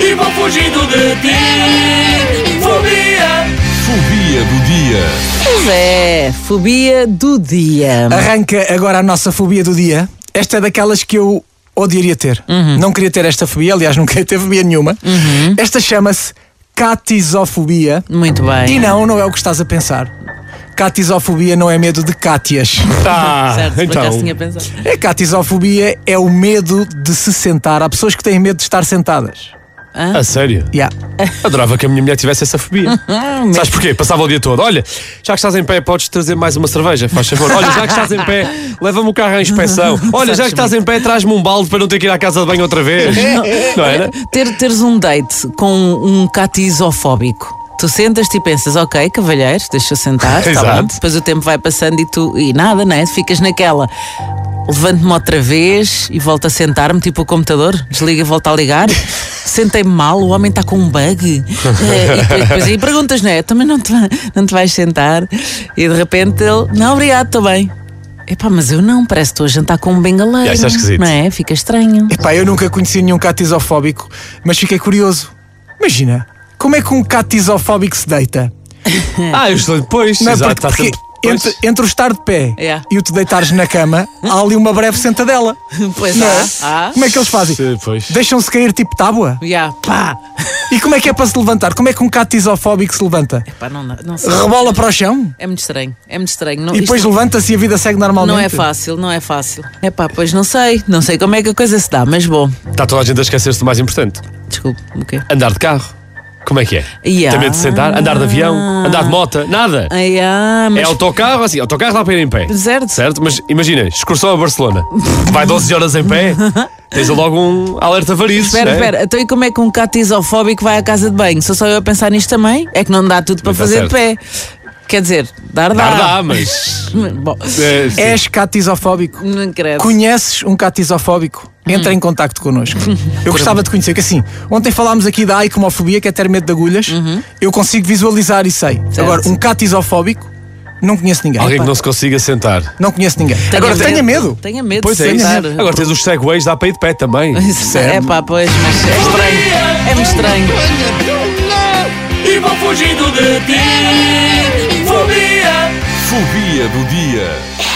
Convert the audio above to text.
e vou fugindo de ti. Fobia. Fobia do dia. Pois é, fobia do dia. Arranca agora a nossa fobia do dia. Esta é daquelas que eu odiaria ter. Não queria ter esta fobia, aliás, não queria ter fobia nenhuma. Esta chama-se catisofobia. Muito bem. E não, não é o que estás a pensar. Catisofobia não é medo de cátias. Tá, certo, por acaso então. assim tinha pensado. A catisofobia é o medo de se sentar. Há pessoas que têm medo de estar sentadas. A sério? Yeah. Adorava que a minha mulher tivesse essa fobia. Ah, Sabes porquê? Passava o dia todo. Olha, já que estás em pé, podes trazer mais uma cerveja, faz favor. Olha, já que estás em pé, leva-me o carro à inspeção. Olha, já que estás em pé, traz-me um balde para não ter que ir à casa de banho outra vez. Não é, né? era? Ter, teres um date com um catisofóbico. Tu sentas-te e pensas, ok, cavalheiro, deixa eu sentar, tá Exato. bom. Depois o tempo vai passando e tu, e nada, né? Ficas naquela. Levanto-me outra vez e volto a sentar-me, tipo o computador, desliga e volta a ligar. Sentei-me mal, o homem está com um bug. Eh, e depois, depois aí perguntas, não é? Também não te, va- não te vais sentar. E de repente ele, não, obrigado, estou bem. Epá, mas eu não, parece que estou a jantar com um bengaleiro. Yeah, isso é esquisito. Não é? Fica estranho. Epá, eu nunca conheci nenhum catisofóbico, mas fiquei curioso. Imagina, como é que um catisofóbico se deita? Ah, eu estou depois. Não é? Exato, Porque- está sempre. porque entre, entre o estar de pé Yeah. e o te deitares na cama, há ali uma breve sentadela. Pois Não é? há, há. Como é que eles fazem? Sim, pois. Deixam-se cair tipo tábua? Yeah, pá. E como é que é para se levantar? Como é que um catisofóbico se levanta? Pá, não, não sei. Rebola para o chão? É muito estranho, é muito estranho. Não, E depois isto levanta-se e a vida segue normalmente? não é fácil, não é fácil. É pá, pois não sei, não sei como é que a coisa se dá, mas bom, Está toda a gente a esquecer-se do mais importante: desculpe, o quê? andar de carro. Como é que é? Ya. Também de sentar, andar de avião, andar de mota, nada. Ai, ah, mas É autocarro, assim, autocarro dá para ir em pé. Certo. Certo, mas imagina, excursão a Barcelona. Vai 12 horas em pé, tens logo um alerta varizes. espera, né? espera, então e como é que um catisofóbico vai à casa de banho? Sou só eu a pensar nisto também? É que não dá tudo para Também fazer está de pé. Quer dizer, dar dá. Dá, dá, mas. Bom, É, sim. És catisofóbico? não é Hum. credo. Conheces um catisofóbico? Entra em contacto connosco. Eu gostava de conhecer, que assim, ontem falámos aqui da aicomofobia, que é ter medo de agulhas. Uhum. Eu consigo visualizar e sei. Agora, um catisofóbico, não conheço ninguém. Alguém que Pá, não se consiga sentar. não conheço ninguém. Tenha Agora, tenha medo. Tenha medo Pois de é, isso. sentar. Agora tens os segways, dá para ir de pé também. É pá, pois, mas é estranho. É muito estranho. E vou fugindo de ti. Fobia. Fobia do dia.